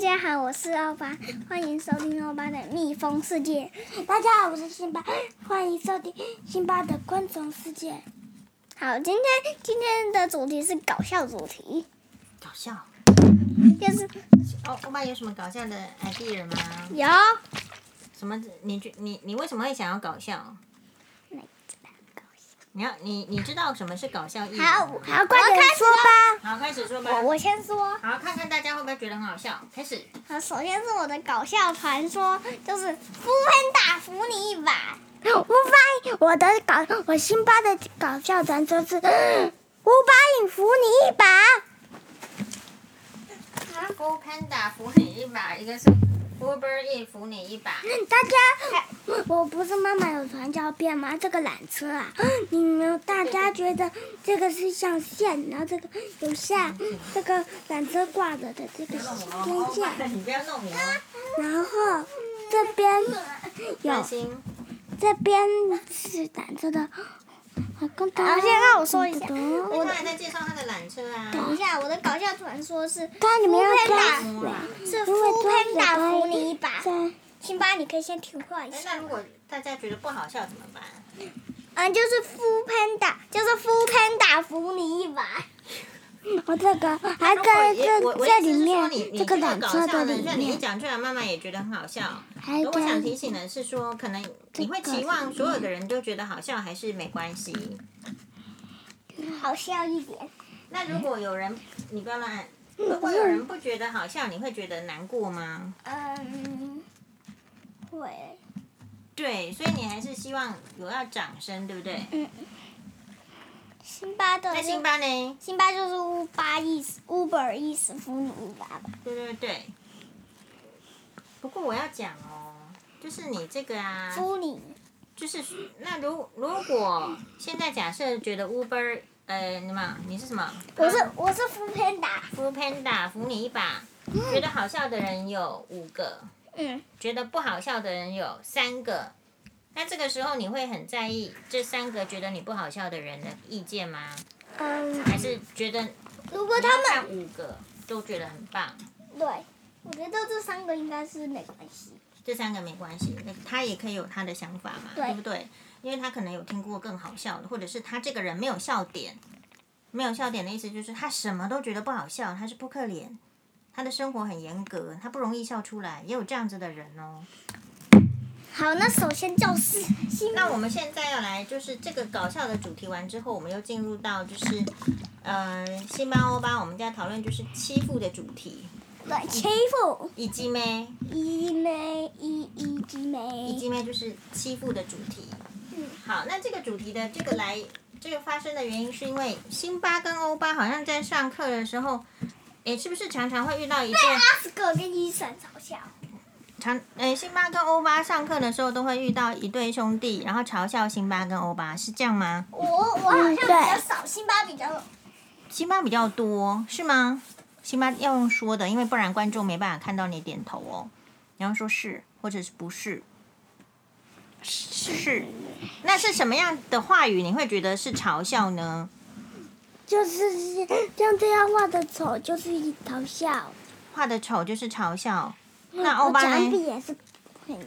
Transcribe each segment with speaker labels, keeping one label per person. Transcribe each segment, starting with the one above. Speaker 1: 家好，我是欧巴，欢迎收听欧巴的蜜蜂世界。
Speaker 2: 大家好，我是辛巴，欢迎收听辛巴的昆虫世界。
Speaker 1: 好，今天今天的主题是搞笑主题，
Speaker 3: 搞笑。
Speaker 1: 就是
Speaker 3: 哦，欧巴有什么搞笑的 idea 吗？
Speaker 1: 有
Speaker 3: 什么？你觉你你为什么会想要搞笑？
Speaker 2: 嗯
Speaker 3: 你要你你知道什么是搞笑艺人
Speaker 1: 好
Speaker 3: 吗？
Speaker 1: 好，
Speaker 2: 快点说吧，
Speaker 3: 好，开始说吧。
Speaker 1: 我哦我先说，
Speaker 3: 好，看看大家会不会觉得很好笑。开始。
Speaker 1: 好，首先是我的搞笑传说，就是福喷打服你一把，
Speaker 2: 我发现我的搞，我辛巴的搞笑传说是，五把影扶你一把，啊
Speaker 3: 他扶潘达扶你一把，一个是 Uber E 扶你一把。
Speaker 2: 大家，我不是妈妈有传照片吗？这个缆车啊，你们大家觉得这个是像线，然后这个有下这个缆车挂着的这个天线，
Speaker 3: 你不要弄我哦，
Speaker 2: 啊然后这边
Speaker 3: 小
Speaker 2: 有
Speaker 3: 心。
Speaker 2: 这边是缆车的，好，跟大
Speaker 1: 好，
Speaker 2: 家
Speaker 1: 先让我说一下，
Speaker 3: 我
Speaker 1: 我
Speaker 3: 刚
Speaker 1: 的
Speaker 3: 才在介绍他的缆车啊。
Speaker 1: 等一下，我的搞笑传说是
Speaker 2: 它里面要
Speaker 1: 扶
Speaker 2: 加
Speaker 1: 喷
Speaker 2: 水，
Speaker 1: 打是
Speaker 2: 因为
Speaker 1: 福
Speaker 2: 桌
Speaker 1: 喷
Speaker 2: 子
Speaker 1: 打服
Speaker 2: 可
Speaker 1: 你一
Speaker 2: 以
Speaker 1: 把，
Speaker 2: 在
Speaker 1: 辛巴你可以先听话一
Speaker 3: 哎
Speaker 1: 下。
Speaker 3: 那如果大家觉得不好笑怎么办？
Speaker 1: 嗯，就是敷喷打，就是敷喷打服你一把。
Speaker 2: 我这个还
Speaker 3: 如果
Speaker 2: 跟
Speaker 3: 也我
Speaker 2: 这
Speaker 3: 我
Speaker 2: 这
Speaker 3: 意思
Speaker 2: 里
Speaker 3: 是说
Speaker 2: 面
Speaker 3: 你
Speaker 2: 这
Speaker 3: 你
Speaker 2: 个
Speaker 3: 这
Speaker 2: 缆
Speaker 3: 搞笑
Speaker 2: 车的
Speaker 3: 的，
Speaker 2: 里
Speaker 3: 就你一
Speaker 2: 面
Speaker 3: 讲出来，妈妈也觉得很好笑。
Speaker 1: 哎
Speaker 2: 还
Speaker 3: 我
Speaker 1: 啊
Speaker 3: 想提
Speaker 2: 跟
Speaker 3: 醒的是说，可能你会期望所
Speaker 1: 嗯
Speaker 3: 有的人都觉得好笑，还是没关系。
Speaker 1: 好笑一点。
Speaker 3: 那
Speaker 1: 嗯
Speaker 3: 如果有人，你不要乱按。如果有人不觉得好笑，你会觉得难过吗？
Speaker 1: 嗯，会。
Speaker 3: 对，所以你还是希望有要掌声，对不对？
Speaker 1: 嗯辛巴的
Speaker 3: 那辛巴呢？
Speaker 1: 辛巴就是乌巴意思，Uber 意思服你一把吧。
Speaker 3: 对对对。不过我要讲哦，就是你这个啊，
Speaker 1: 服你，
Speaker 3: 就是那如如果现在假设觉得 Uber 呃，什么你是什么？
Speaker 1: 我是我是敷喷打。
Speaker 3: 扶 Panda 扶你一把，觉得好笑的人有五个，
Speaker 1: 嗯，
Speaker 3: 觉得不好笑的人有三个。那这个时候你会很在意这三个觉得你不好笑的人的意见吗？
Speaker 1: 嗯，
Speaker 3: 还是觉得
Speaker 1: 如果他们
Speaker 3: 们五个都觉得很棒，
Speaker 1: 对，我觉得这三个应该是没关系。
Speaker 3: 这三个没关系，那他也可以有他的想法嘛，
Speaker 1: 对
Speaker 3: 对不对？因为他可能有听过更好笑的，或者是他这个人没有笑点，没有笑点的意思就是他什么都觉得不好笑，他是扑克脸，他的生活很严格，他不容易笑出来，也有这样子的人哦。
Speaker 1: 好，那首先就是辛
Speaker 3: 那我们现在要来，就是这个搞笑的主题完之后，我们又进入到就是，呃，辛巴欧巴，我们在讨论就是欺负的主题，
Speaker 1: 对欺负
Speaker 3: 以及咩，
Speaker 1: 一枚一一级
Speaker 3: 以
Speaker 1: 枚，
Speaker 3: 及咩就是欺负的主题。
Speaker 1: 嗯，
Speaker 3: 好，那这个主题的这个来，这个发生的原因是因为辛巴跟欧巴好像在上课的时候，诶，是不是常常会遇到一件
Speaker 1: 阿斯克跟医生嘲笑。
Speaker 3: 常诶，辛巴跟欧巴上课的时候都会遇到一对兄弟，然后嘲笑辛巴跟欧巴，是这样吗？
Speaker 1: 我我好
Speaker 2: 嗯
Speaker 1: 像比较少，辛巴比较少。
Speaker 3: 辛巴比较多，是吗？辛巴要用说的，因为不然观众没办法看到你点头哦。你要说是，或者是不是？是，那是什么样的话语你会觉得是嘲笑呢？
Speaker 2: 就是像这样画的丑就是一头笑，
Speaker 3: 画的丑就是嘲笑，
Speaker 1: 嗯
Speaker 3: 那欧
Speaker 2: 我
Speaker 3: 巴
Speaker 2: 墙
Speaker 3: 呢？
Speaker 2: 壁也是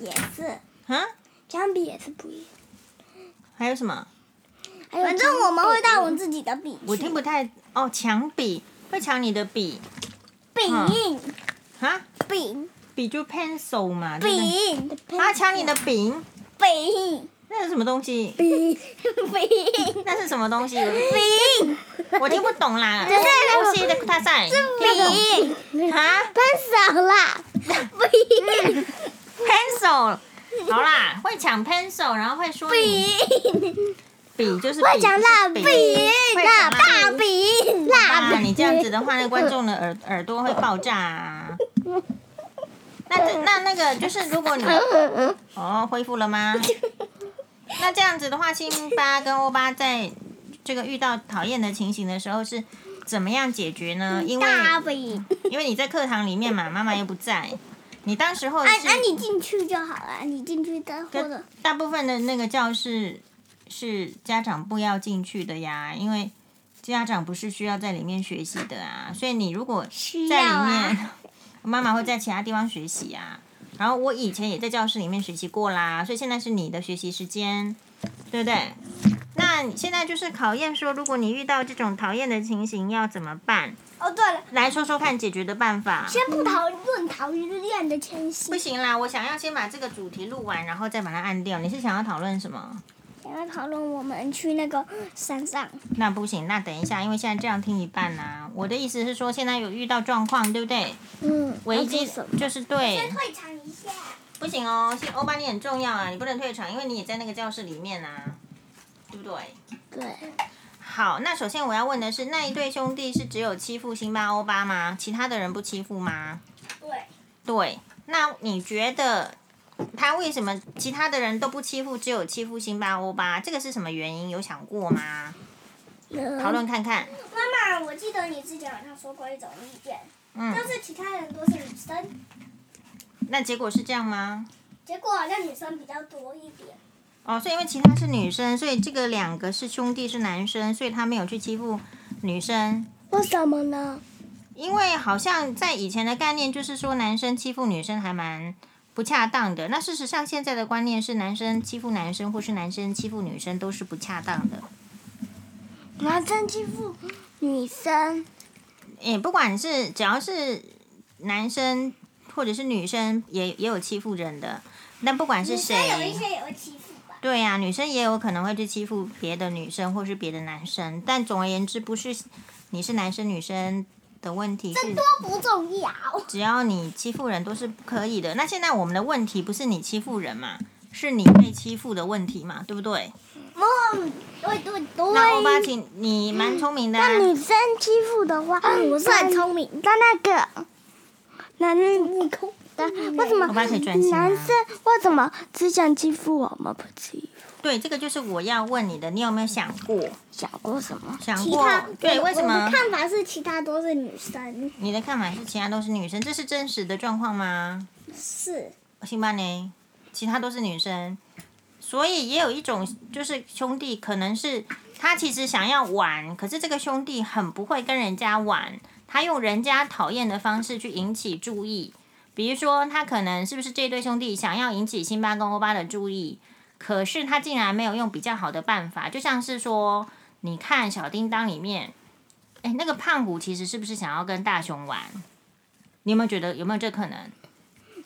Speaker 2: 也是，
Speaker 3: 啊，
Speaker 2: 墙壁也是不一样，
Speaker 3: 还有什么？
Speaker 2: 还有
Speaker 1: 反正我们会带
Speaker 2: 墙
Speaker 1: 我
Speaker 2: 壁
Speaker 1: 们自己的笔去，
Speaker 3: 我听不太哦，抢笔会抢你的笔
Speaker 1: 笔印
Speaker 3: 啊？
Speaker 1: 笔
Speaker 3: 笔就 pencil 嘛，对不对？
Speaker 1: 笔印
Speaker 3: 他抢你的笔，
Speaker 1: 笔印
Speaker 3: 那是什么东西？
Speaker 2: 笔，
Speaker 1: 笔印
Speaker 3: 那是什么东西？
Speaker 1: 笔印
Speaker 3: 我听不懂啦。
Speaker 1: 是那
Speaker 3: 东西的大赛，
Speaker 1: 笔印，
Speaker 3: 听不懂啊
Speaker 1: 分手 啦，笔印
Speaker 3: ，pencil。好啦，会抢 pencil，然后会说你
Speaker 1: 笔印，
Speaker 3: 笔就是
Speaker 2: 会抢蜡
Speaker 3: 笔，
Speaker 2: 笔
Speaker 1: 笔
Speaker 3: 会
Speaker 1: 印
Speaker 3: 抢
Speaker 1: 啦，
Speaker 3: 蜡
Speaker 1: 大
Speaker 3: 笔。
Speaker 1: 笔印啦，
Speaker 3: 啊，你这样子的话，那观众的耳耳朵会爆炸啊。那这那那个就是，如果你哦恢复了吗？那这样子的话，辛巴跟欧巴在这个遇到讨厌的情形的时候是怎么样解决呢？因为
Speaker 1: 大笔。
Speaker 3: 因为你在课堂里面嘛，妈妈又不在，你当时候
Speaker 2: 哎
Speaker 1: 啊
Speaker 3: 是
Speaker 1: 啊，你进去就好了，你进去再或者
Speaker 3: 大部分的那个教室是家长不要进去的呀，因为家长不是需要在里面学习的啊，所以你如果
Speaker 1: 需要
Speaker 3: 在里面，
Speaker 1: 啊。
Speaker 3: 妈妈会在其他地方学习啊。然后我以前也在教室里面学习过啦，所以现在是你的学习时间，对不对？那你现在就是考验说，如果你遇到这种讨厌的情形要怎么办？
Speaker 2: 哦，对了，
Speaker 3: 来说说看解决的办法。
Speaker 2: 先不讨论讨厌的前夕
Speaker 3: 不，行啦，我想要先把这个主题录完，然后再把它按掉。你是想要讨论什么？
Speaker 1: 想要讨论我们去那个山上，
Speaker 3: 那不行，那等一下，因为现在这样听一半呐、我的意思是说，现在有遇到状况，对不对？
Speaker 1: 嗯，
Speaker 3: 危
Speaker 1: 要做
Speaker 3: 机
Speaker 1: 什么？
Speaker 3: 就是对，
Speaker 2: 退场一下。
Speaker 3: 不行哦，欧巴你很重要啊，你不能退场，因为你也在那个教室里面啊，对不对？
Speaker 1: 对，
Speaker 3: 好，那首先我要问的是，那一对兄弟是只有欺负辛巴欧巴吗？其他的人不欺负吗？
Speaker 2: 对，
Speaker 3: 对，那你觉得他为什么其他的人都不欺负，只有欺负辛巴欧巴？这个是什么原因？有想过吗？讨论看看。
Speaker 2: 妈妈，我记得你之前好像说过一种意见，
Speaker 3: 嗯，
Speaker 2: 就是其他人都是女生，
Speaker 3: 那结果是这样吗？
Speaker 2: 结果好像女生比较多一点。
Speaker 3: 哦，所以因为其他是女生，所以这个两个是兄弟是男生，所以他没有去欺负女生。
Speaker 1: 为什么呢？
Speaker 3: 因为好像在以前的概念就是说男生欺负女生还蛮不恰当的。那事实上现在的观念是男生欺负男生或是男生欺负女生都是不恰当的。
Speaker 1: 男生欺负女生，
Speaker 3: 也不管是只要是男生或者是女生也也有欺负人的，但不管是
Speaker 2: 女
Speaker 3: 谁，
Speaker 2: 生有一些也会欺负吧？
Speaker 3: 对呀、女生也有可能会去欺负别的女生或是别的男生，但总而言之，不是你是男生女生的问题，是
Speaker 2: 不重要。啊
Speaker 3: 只要你欺负人都是不可以的。那现在我们的问题不是你欺负人嘛，是你被欺负的问题嘛，对不对？
Speaker 2: 嗯，对对
Speaker 3: 那欧巴，
Speaker 2: 对。
Speaker 3: 请你蛮聪明的、啊
Speaker 1: 那，女生欺负的话，我
Speaker 2: 是很聪明。
Speaker 1: 那那个，那那悟空，那为什么
Speaker 3: 欧巴可以专心啊
Speaker 1: 男生为什么只想欺负我们不欺负？
Speaker 3: 对，这个就是我要问你的，你有没有想过？
Speaker 1: 想过什么？
Speaker 3: 想
Speaker 2: 其
Speaker 3: 过
Speaker 2: 他
Speaker 3: 对，
Speaker 2: 我
Speaker 3: 为什
Speaker 2: 我
Speaker 3: 么
Speaker 2: 的？看法是其他都是女生，
Speaker 3: 你的看法是其他都是女生，这是真实的状况吗？
Speaker 2: 是
Speaker 3: 辛巴呢，其他都是女生，所以也有一种就是兄弟，可能是他其实想要玩，可是这个兄弟很不会跟人家玩，他用人家讨厌的方式去引起注意。比如说，他可能是不是这对兄弟想要引起辛巴跟欧巴的注意，可是他竟然没有用比较好的办法，就像是说，你看小叮当里面，哎，那个胖虎其实是不是想要跟大雄玩？你有没有觉得有没有这可能？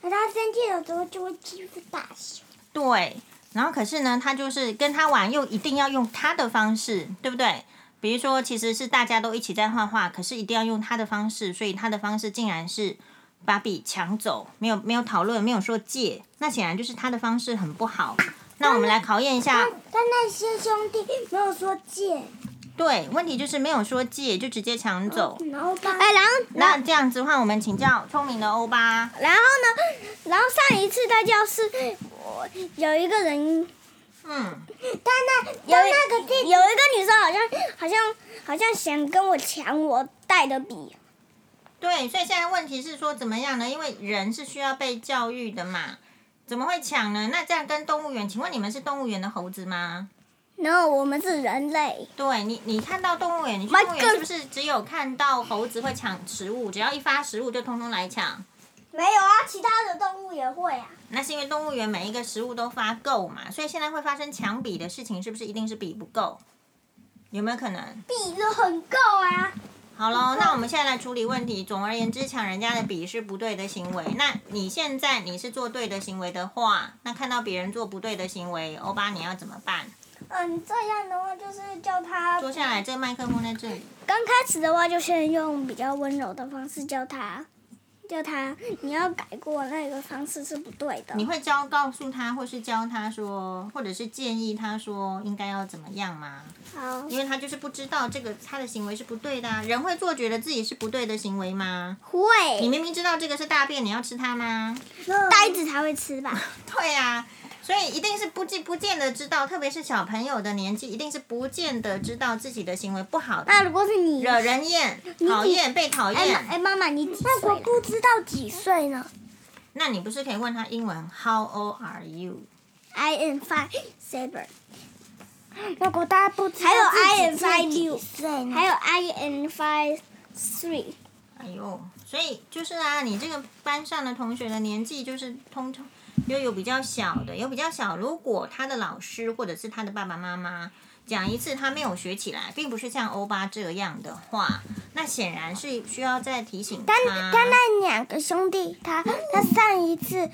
Speaker 1: 那他生气的时候就会欺负大熊。
Speaker 3: 对，然后可是呢，他就是跟他玩，又一定要用他的方式，对不对？比如说，其实是大家都一起在画画，可是一定要用他的方式，所以他的方式竟然是把笔抢走，没有没有讨论，没有说借，那显然就是他的方式很不好。那我们来考验一下，
Speaker 1: 但那些兄弟没有说借，
Speaker 3: 对，问题就是没有说借，就直接抢走。
Speaker 1: 然后他
Speaker 2: 哎，然后
Speaker 3: 那这样子的话，我们请教聪明的欧巴。
Speaker 2: 然后呢？然后上一次在教室，我有一个人，
Speaker 3: 嗯，
Speaker 1: 但那
Speaker 2: 有
Speaker 1: 但那个
Speaker 2: 有一
Speaker 1: 弟
Speaker 2: 个女生好像好像好像想跟我抢我带的笔，
Speaker 3: 对，所以现在问题是说怎么样呢？因为人是需要被教育的嘛，怎么会抢呢？那这样跟动物园，请问你们是动物园的猴子吗？
Speaker 2: 然后我们是人类，
Speaker 3: 对你，你看到动物园，你去
Speaker 2: My
Speaker 3: 动物园
Speaker 2: God
Speaker 3: 是不是只有看到猴子会抢食物？只要一发食物就通通来抢？
Speaker 2: 没有啊，其他的动物也会啊。
Speaker 3: 那是因为动物园每一个食物都发够嘛，所以现在会发生抢比的事情，是不是一定是比不够？有没有可能？
Speaker 2: 笔都很够啊，
Speaker 3: 好喽，那我们现在来处理问题。总而言之，抢人家的笔是不对的行为。那你现在你是做对的行为的话，那看到别人做不对的行为，欧巴你要怎么办？
Speaker 2: 嗯，这样的话就是叫他
Speaker 3: 坐下来，这个麦克风在这里。
Speaker 2: 刚开始的话，就先用比较温柔的方式叫他，叫他你要改过，那个方式是不对的。
Speaker 3: 你会教告诉他，或是教他说，或者是建议他说应该要怎么样吗？
Speaker 2: 好，
Speaker 3: 因为他就是不知道这个他的行为是不对的、啊。人会做觉得自己是不对的行为吗？你
Speaker 2: 会
Speaker 3: 明明知道这个是大便，你要吃它吗？
Speaker 2: 呆子才会吃吧？
Speaker 3: 对呀、所以一定是不见不见得知道，特别是小朋友的年纪，一定是不见得知道自己的行为不好的，
Speaker 2: 那如果是你，
Speaker 3: 惹人厌、讨厌、被讨
Speaker 2: 哎妈
Speaker 3: 厌。
Speaker 2: 哎妈妈，你几
Speaker 1: 那
Speaker 2: 岁
Speaker 1: 我
Speaker 2: 了？
Speaker 1: 不知道几岁呢？
Speaker 3: 那你不是可以问他英文 How old are you？
Speaker 2: I am five seven，
Speaker 1: 如果大家不知道
Speaker 2: 还有
Speaker 1: 自己
Speaker 2: I am five
Speaker 1: 几
Speaker 2: you
Speaker 1: 岁呢
Speaker 2: 还有 I am five three，
Speaker 3: 哎呦，所以就是啊，你这个班上的同学的年纪就是通常又有比较小的，有比较小。如果他的老师或者是他的爸爸妈妈讲一次他没有学起来，并不是像欧巴这样的话，那显然是需要再提醒他。
Speaker 2: 但他那两个兄弟，他他上一次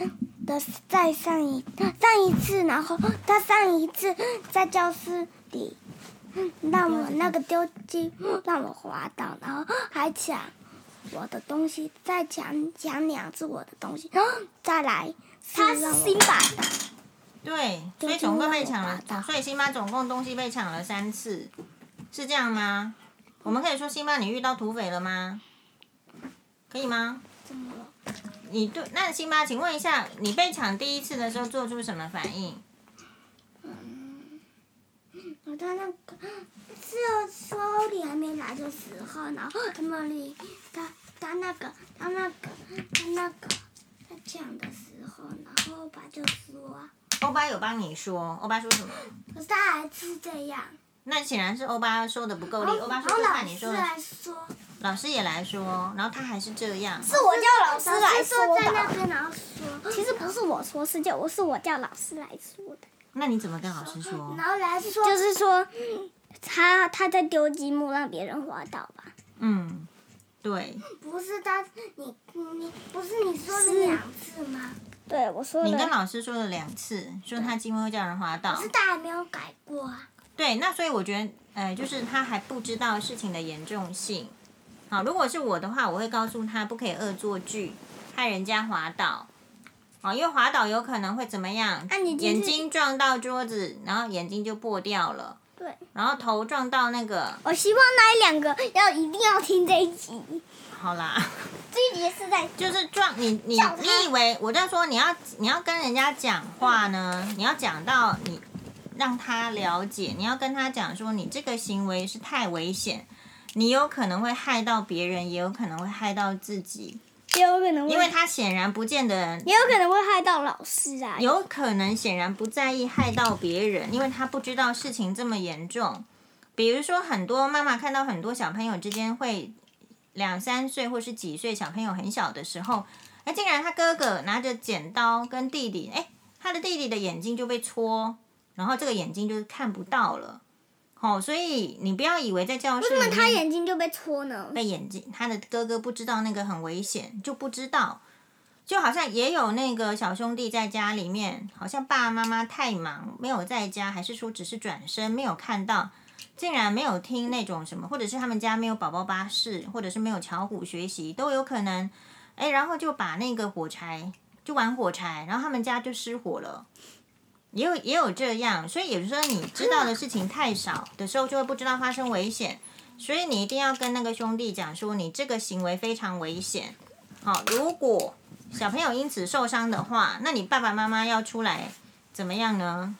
Speaker 2: 的再上一上一次，然后他上一次在教室里让我那个丢积木让我滑倒，然后还抢我的东西，再抢抢两次我的东西，然后再来是
Speaker 1: 他
Speaker 2: 让
Speaker 1: 是
Speaker 2: 我
Speaker 1: 辛巴，
Speaker 3: 对，所以总共被抢了，所以辛巴总共东西被抢了三次，是这样吗？我们可以说辛巴你遇到土匪了吗？可以吗？你对，那辛巴，请问一下，你被抢第一次的时候做出什么反应？
Speaker 2: 我的那个是说你还没来的时候，然后他们里他他那个他那个他那个他讲的时候，然后爸就说，
Speaker 3: 欧巴有帮你说，欧巴说什么？
Speaker 2: 可是他还是这样。
Speaker 3: 那显然是欧巴说的不够
Speaker 2: 然
Speaker 3: 力，
Speaker 2: 后
Speaker 3: 欧巴
Speaker 2: 然
Speaker 3: 说
Speaker 2: 后
Speaker 3: 就
Speaker 2: 哦老
Speaker 3: 看你
Speaker 2: 师啊
Speaker 3: 说的，
Speaker 2: 还说，
Speaker 3: 老师也来说，然后他还是这样。
Speaker 1: 是我叫老师来
Speaker 2: 坐
Speaker 1: 说
Speaker 2: 在那
Speaker 1: 的。
Speaker 2: 边，然后说，
Speaker 1: 其实不是我说，是叫我是我叫老师来说的，
Speaker 3: 那你怎么跟老师说？
Speaker 2: 然后来说，
Speaker 1: 就是说他他在丢积木让别人滑倒吧。
Speaker 3: 嗯，对，
Speaker 2: 不是他，你你不是你说的两次吗？
Speaker 1: 对我说
Speaker 3: 你跟
Speaker 1: 了，
Speaker 3: 老师说了两次，说他今后会叫人滑倒
Speaker 2: 可是。他还没有改过啊。
Speaker 3: 对，那所以我觉得，呃，就是他还不知道事情的严重性。好，如果是我的话，我会告诉他不可以恶作剧，害人家滑倒。哦，因为滑倒有可能会怎么样？
Speaker 1: 啊你今
Speaker 3: 眼
Speaker 1: 天
Speaker 3: 睛撞到桌子，然后眼睛就破掉了。
Speaker 1: 对。
Speaker 3: 然后头撞到那个，
Speaker 1: 我希望那两个要一定要听这一集，
Speaker 3: 好啦，
Speaker 1: 这一集是在
Speaker 3: 就是撞你你
Speaker 1: 叫他
Speaker 3: 你以为我在说你要你要跟人家讲话呢，你要讲到你让他了解，你要跟他讲说你这个行为是太危险，你有可能会害到别人，也有可能会害到自己，
Speaker 1: 也有可能会
Speaker 3: 因为他显然不见得。
Speaker 1: 也有可能会害到老师啊。
Speaker 3: 有可能显然不在意害到别人，因为他不知道事情这么严重。比如说，很多妈妈看到很多小朋友之间会两三岁或是几岁小朋友很小的时候，哎，竟然他哥哥拿着剪刀跟弟弟，哎，他的弟弟的眼睛就被戳，然后这个眼睛就是看不到了。哦，所以你不要以为在教
Speaker 1: 为
Speaker 3: 室
Speaker 1: 什
Speaker 3: 里
Speaker 1: 么他
Speaker 3: 面
Speaker 1: 眼睛就被戳呢？
Speaker 3: 被眼睛，他的哥哥不知道那个很危险，就不知道。就好像也有那个小兄弟在家里面，好像爸爸妈妈太忙没有在家，还是说只是转身没有看到，竟然没有听那种什么，或者是他们家没有宝宝巴士，或者是没有巧虎学习都有可能。哎，然后就把那个火柴就玩火柴，然后他们家就失火了。也有也有这样，所以有时候你知道的事情太少的时候，就会不知道发生危险。所以你一定要跟那个兄弟讲说，你这个行为非常危险。好，如果小朋友因此受伤的话，那你爸爸妈妈要出来怎么样呢？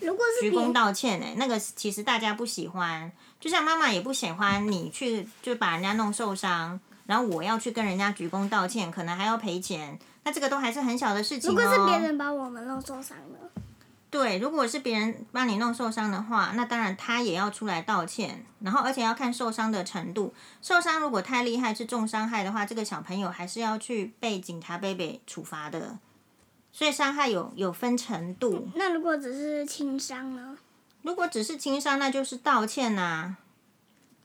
Speaker 1: 如果
Speaker 3: 鞠
Speaker 1: 是
Speaker 3: 躬
Speaker 1: 别
Speaker 3: 道歉呢、那个其实大家不喜欢，就像妈妈也不喜欢你去就把人家弄受伤，然后我要去跟人家鞠躬道歉，可能还要赔钱，那这个都还是很小的事情、哦。
Speaker 1: 如果是别人把我们弄受伤了，
Speaker 3: 对，如果是别人帮你弄受伤的话，那当然他也要出来道歉，然后而且要看受伤的程度。受伤如果太厉害是重伤害的话，这个小朋友还是要去被警察贝贝处罚的。所以伤害有有分程度，
Speaker 1: 那如果只是轻伤呢？
Speaker 3: 如果只是轻伤，那就是道歉呐、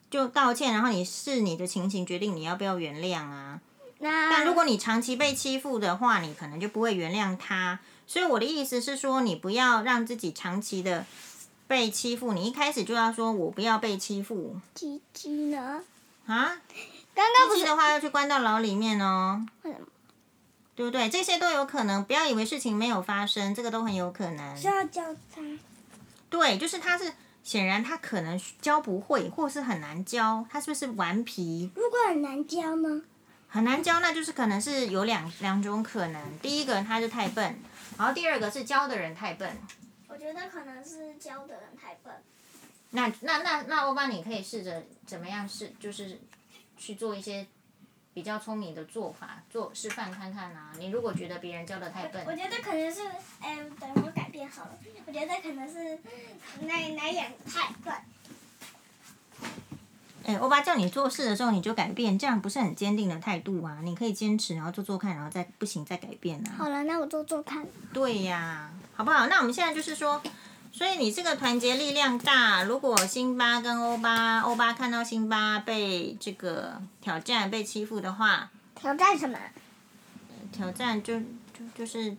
Speaker 3: 就道歉，然后你视你的情形决定你要不要原谅啊。
Speaker 1: 那
Speaker 3: 但如果你长期被欺负的话，你可能就不会原谅他。所以我的意思是说，你不要让自己长期的被欺负。你一开始就要说“我不要被欺负
Speaker 1: 鸡鸡呢？”
Speaker 3: 啊，
Speaker 1: 刚刚不
Speaker 3: 不是
Speaker 1: 是
Speaker 3: 的话要去关到牢里面哦，
Speaker 1: 为什么
Speaker 3: 对不对？这些都有可能，不要以为事情没有发生，这个都很有可能。
Speaker 2: 就要教他。
Speaker 3: 对，就是他是显然他可能教不会，或是很难教，他是不是顽皮？
Speaker 2: 如果很难教呢？
Speaker 3: 很难教，那就是可能是有两两种可能，第一个他就太笨，然后第二个是教的人太笨。
Speaker 1: 我觉得可能是教的人太笨。
Speaker 3: 那那那那欧巴，你可以试着怎么样试，就是去做一些比较聪明的做法，做示范看看啊。你如果觉得别人教的太
Speaker 1: 我
Speaker 3: 笨，
Speaker 1: 觉得可能是，哎，等我改变好了。我觉得可能是哪哪两个太笨。
Speaker 3: 哎，欧巴叫你做事的时候你就改变，这样不是很坚定的态度啊？你可以坚持，然后做做看，然后再不行再改变啊。
Speaker 1: 好了，那我做做看。
Speaker 3: 对呀、好不好？那我们现在就是说，所以你这个团结力量大。如果辛巴跟欧巴，欧巴看到辛巴被这个挑战、被欺负的话，
Speaker 1: 挑战什么？
Speaker 3: 挑战就就就是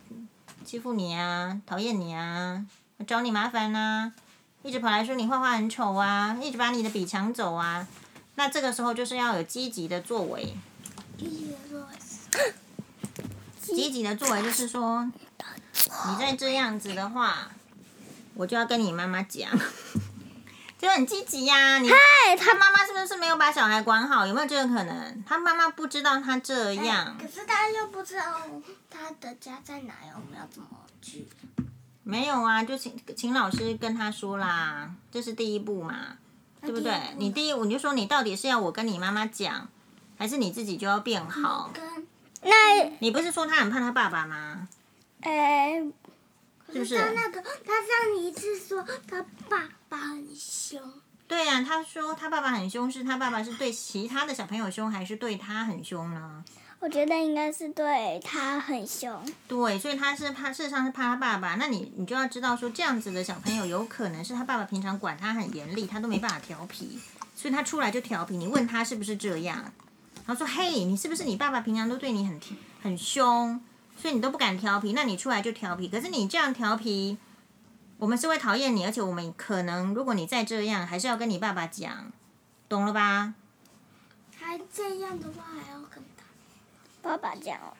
Speaker 3: 欺负你啊，讨厌你啊，找你麻烦啊，一直跑来说你画画很丑啊，一直把你的笔抢走啊。那这个时候就是要有积极的作为，积极的作为就是说，你再这样子的话，我就要跟你妈妈讲，就很积极呀、你
Speaker 1: 哎，
Speaker 3: 他妈妈是不是没有把小孩管好？有没有这个可能？他妈妈不知道他这样，
Speaker 2: 哎可是他又不知道他的家在哪呀，我们要怎么去？
Speaker 3: 没有啊，就请请老师跟他说啦，这是第一步嘛，对不对？你第一，我就说你到底是要我跟你妈妈讲，还是你自己就要变
Speaker 1: 哦
Speaker 3: 好？
Speaker 2: 跟
Speaker 1: 那
Speaker 3: 你不是说他很怕他爸爸吗？
Speaker 1: 哎，
Speaker 3: 是不是？
Speaker 2: 呃他那个，他上一次说他爸爸很凶，
Speaker 3: 对呀、他说他爸爸很凶，是他爸爸是对其他的小朋友凶，还是对他很凶呢？
Speaker 1: 我觉得应该是对他很凶。
Speaker 3: 对，所以他是怕，事实上是怕他爸爸。那你你就要知道说，这样子的小朋友有可能是他爸爸平常管他很严厉，他都没办法调皮，所以他出来就调皮。你问他是不是这样，然后说：“嘿，你是不是你爸爸平常都对你很很凶，所以你都不敢调皮？那你出来就调皮。可是你这样调皮，我们是会讨厌你，而且我们可能如果你再这样，还是要跟你爸爸讲，懂了吧？
Speaker 2: 还这样的话还要跟他。
Speaker 1: 爸爸讲哦，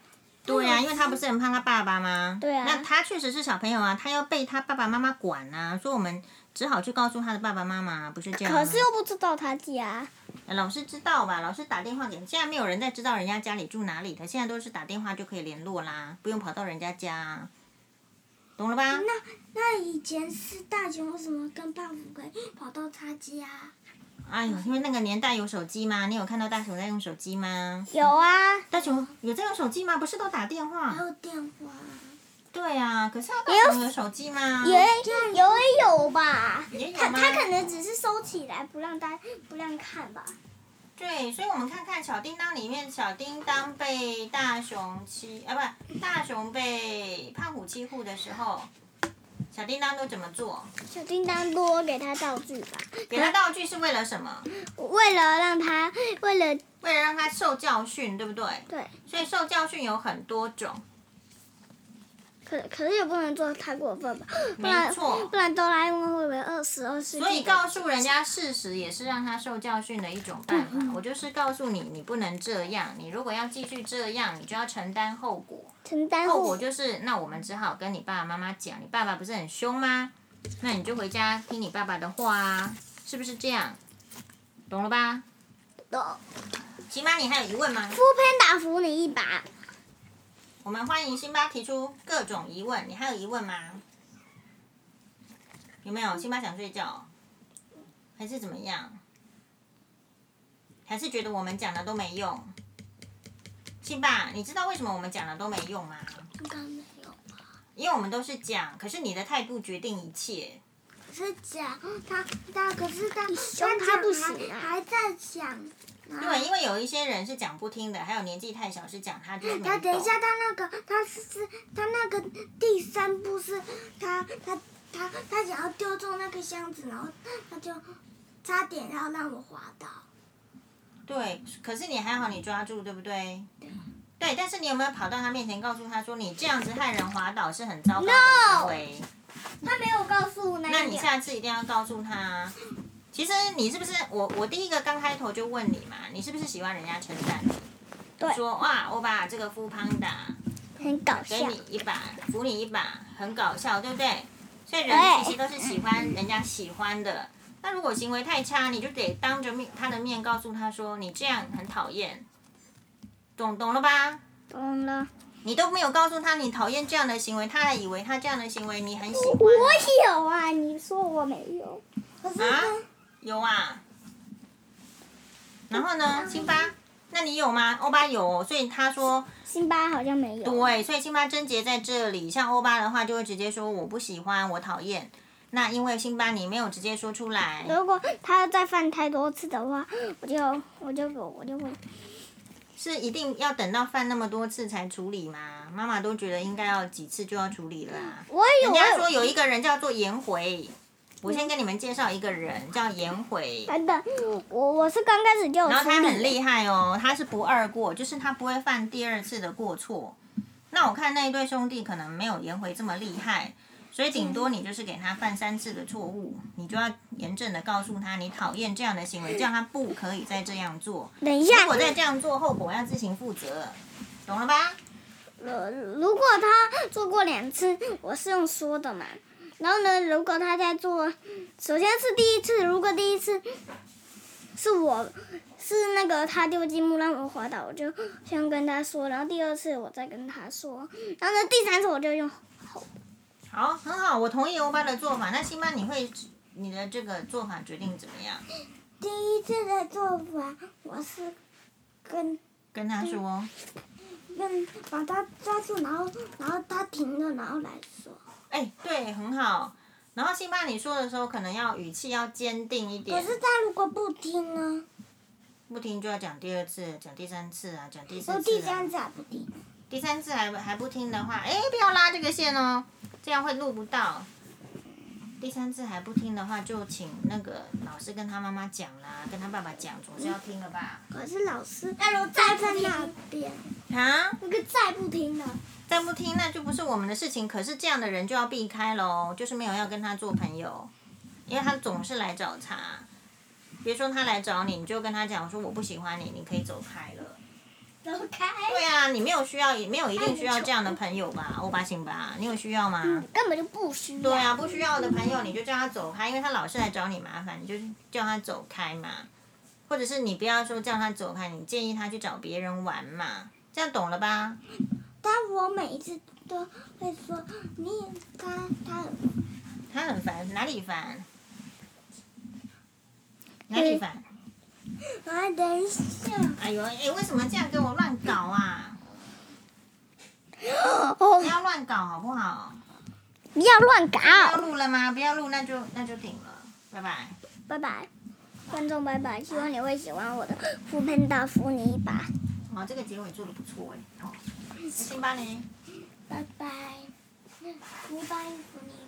Speaker 3: 对呀、因为他不是很怕他爸爸吗？
Speaker 1: 对啊
Speaker 3: 那他确实是小朋友啊，他要被他爸爸妈妈管啊，所以我们只好去告诉他的爸爸妈妈，不是这样吗。
Speaker 1: 可是又不知道他啊家。
Speaker 3: 呃老师知道吧？老师打电话给，现在没有人再知道人家家里住哪里的，现在都是打电话就可以联络啦，不用跑到人家家啊，懂了吧？
Speaker 2: 那那以前是大熊为什么跟胖虎可以跑到他家？
Speaker 3: 哎呦，因为那个年代有手机吗？你有看到大雄在用手机吗？
Speaker 1: 有啊，
Speaker 3: 大雄有在用手机吗？不是都打电
Speaker 1: 嗯
Speaker 3: 话
Speaker 2: 还？有电话，
Speaker 3: 对啊，可是大雄有手机吗？
Speaker 1: 也有也有吧。
Speaker 3: 也有
Speaker 1: 他
Speaker 3: 吗
Speaker 1: 他可能只是收起来，不让大不让看吧。
Speaker 3: 对，所以我们看看《小叮当》里面，小叮当被大熊欺啊，不，大熊被胖虎欺负的时候，小叮当都怎么做？
Speaker 1: 小叮当多给他道具吧，
Speaker 3: 给他道具是为了什么？
Speaker 1: 为了让他，为了
Speaker 3: 为了让他受教训，对不对？
Speaker 1: 对，
Speaker 3: 所以受教训有很多种，
Speaker 1: 可可是也不能做太过分吧，不
Speaker 3: 没
Speaker 1: 然
Speaker 3: 错
Speaker 1: 不。然哆啦 A 梦会不会饿死饿死？
Speaker 3: 所以告诉人家事实也是让他受教训的一种办法。
Speaker 1: 嗯
Speaker 3: 我就是告诉你，你不能这样，你如果要继续这样，你就要承担后果。
Speaker 1: 承担
Speaker 3: 后果就是，那我们只好跟你爸爸妈妈讲，你爸爸不是很凶吗？那你就回家听你爸爸的话啊，是不是这样？懂了吧？
Speaker 1: 懂。
Speaker 3: 辛巴，你还有疑问吗？
Speaker 1: 夫潘打扶你一把，
Speaker 3: 我们欢迎辛巴提出各种疑问，你还有疑问吗？有没有？辛巴想睡觉，还是怎么样？还是觉得我们讲的都没用？辛巴，你知道为什么我们讲的都没用吗？
Speaker 2: 应该没有。
Speaker 3: 因为我们都是讲，可是你的态度决定一切。
Speaker 2: 可是讲他他可是他
Speaker 1: 凶
Speaker 2: 他
Speaker 1: 他
Speaker 2: 讲
Speaker 1: 不
Speaker 2: 还
Speaker 1: 行啊
Speaker 2: 还在讲。
Speaker 3: 对，因为有一些人是讲不听的，还有年纪太小是讲他就是没
Speaker 2: 他等一
Speaker 3: 懂
Speaker 2: 下，他那个他是是他那个第三步是他他他他想要丢中那个箱子，然后他就差点要让我滑倒。
Speaker 3: 对，可是你还好，你抓住，对不对？对，但是你有没有跑到他面前，告诉他说你这样子害人滑倒是很糟糕的行为
Speaker 1: 他没有告诉那
Speaker 3: 那你下次一定要告诉他。其实你是不是我我第一个刚开头就问你嘛，你是不是喜欢人家称赞你？
Speaker 1: 对
Speaker 3: 说哇，我把这个富胖达
Speaker 1: 很搞
Speaker 3: 给
Speaker 1: 笑，
Speaker 3: 你一把，扶你一把，很搞笑，对不对？所以人
Speaker 1: 对
Speaker 3: 其实都是喜欢人家喜欢的。那如果行为太差，你就得当着面他的面告诉他说，你这样很讨厌，懂懂了吧？
Speaker 1: 懂了。
Speaker 3: 你都没有告诉他你讨厌这样的行为，他还以为他这样的行为你很喜欢。
Speaker 1: 我有啊，你说我没有，
Speaker 2: 可是
Speaker 3: 啊
Speaker 2: 他
Speaker 3: 有啊。然后呢，辛巴，那你有吗？欧巴有哦、所以他说
Speaker 1: 辛巴好像没有。
Speaker 3: 对，所以辛巴症结在这里。像欧巴的话，就会直接说我不喜欢，我讨厌。那因为辛巴你没有直接说出来，
Speaker 1: 如果他再犯太多次的话，我就我就我就问，
Speaker 3: 是一定要等到犯那么多次才处理吗？妈妈都觉得应该要几次就要处理了啊。
Speaker 1: 我有
Speaker 3: 人家说有一个人叫做颜回，我先跟你们介绍一个人叫颜回，
Speaker 1: 等等，我我是刚开始就有
Speaker 3: 然后他
Speaker 1: 处理
Speaker 3: 很厉害哦，他是不二过，就是他不会犯第二次的过错。那我看那一对兄弟可能没有颜回这么厉害，所以顶多你就是给他犯三次的错误，你就要严正的告诉他你讨厌这样的行为，叫他不可以再这样做。
Speaker 1: 等一
Speaker 3: 如
Speaker 1: 下，
Speaker 3: 果再这样做，后果要自行负责，懂了吧？
Speaker 1: 呃，如果他做过两次，我是用说的嘛。然后呢，如果他在做，首先是第一次，如果第一次是我是那个他丢积木让我滑倒，我就先跟他说，然后第二次我再跟他说，然后呢第三次我就用
Speaker 3: 好，很好，我同意欧巴的做法。那辛巴，你会你的这个做法决定怎么样？
Speaker 2: 第一次的做法，我是跟
Speaker 3: 跟他
Speaker 1: 嗯
Speaker 3: 说，
Speaker 2: 跟把他抓住，然后然后他停了，然后来说。
Speaker 3: 哎、对，很好。然后辛巴，你说的时候可能要语气要坚定一
Speaker 2: 可
Speaker 3: 点，
Speaker 2: 是他如果不听呢？
Speaker 3: 不听就要讲第二次，讲第三次啊，讲第四次、
Speaker 2: 我
Speaker 3: 啊。
Speaker 2: 哦第三次还不听，
Speaker 3: 第三次还还不听的话，哎，不要拉这个线哦，这样会录不到。第三次还不听的话，就请那个老师跟他妈妈讲啦，跟他爸爸讲，总是要听了吧？
Speaker 2: 可是老师他如站在那边，
Speaker 3: 啊，
Speaker 2: 那个再不听了，
Speaker 3: 再不听那就不是我们的事情。可是这样的人就要避开喽，就是没有要跟他做朋友，因为他总是来找茬。别说他来找你，你就跟他讲说我不喜欢你，你可以走开了。
Speaker 2: 走开。
Speaker 3: 对啊，你没有需要，也没有一定需要这样的朋友吧？欧巴行吧？你有需要吗？
Speaker 1: 根本就不需
Speaker 3: 对
Speaker 1: 要。
Speaker 3: 啊，不需要的朋友你就叫他走开，因为他老是来找你麻烦，你就叫他走开嘛。或者是你不要说叫他走开，你建议他去找别人玩嘛，这样懂了吧？
Speaker 2: 但我每一次都会说你他他
Speaker 3: 他很烦，哪里烦？哪里烦？
Speaker 2: 啊，等一下，
Speaker 3: 哎呦，哎，为什么这样给我乱搞啊？
Speaker 1: 哦
Speaker 3: 不，要乱搞好不好？
Speaker 1: 不要乱搞，
Speaker 3: 不要录了吗？不要录，那就那就停了，拜拜。
Speaker 1: 拜拜，观众拜拜，希望你会喜欢我的扶喷大扶你一把，
Speaker 3: 哦，这个结尾做的不错哎。哦，辛巴呢？
Speaker 2: 拜拜，你把衣服你。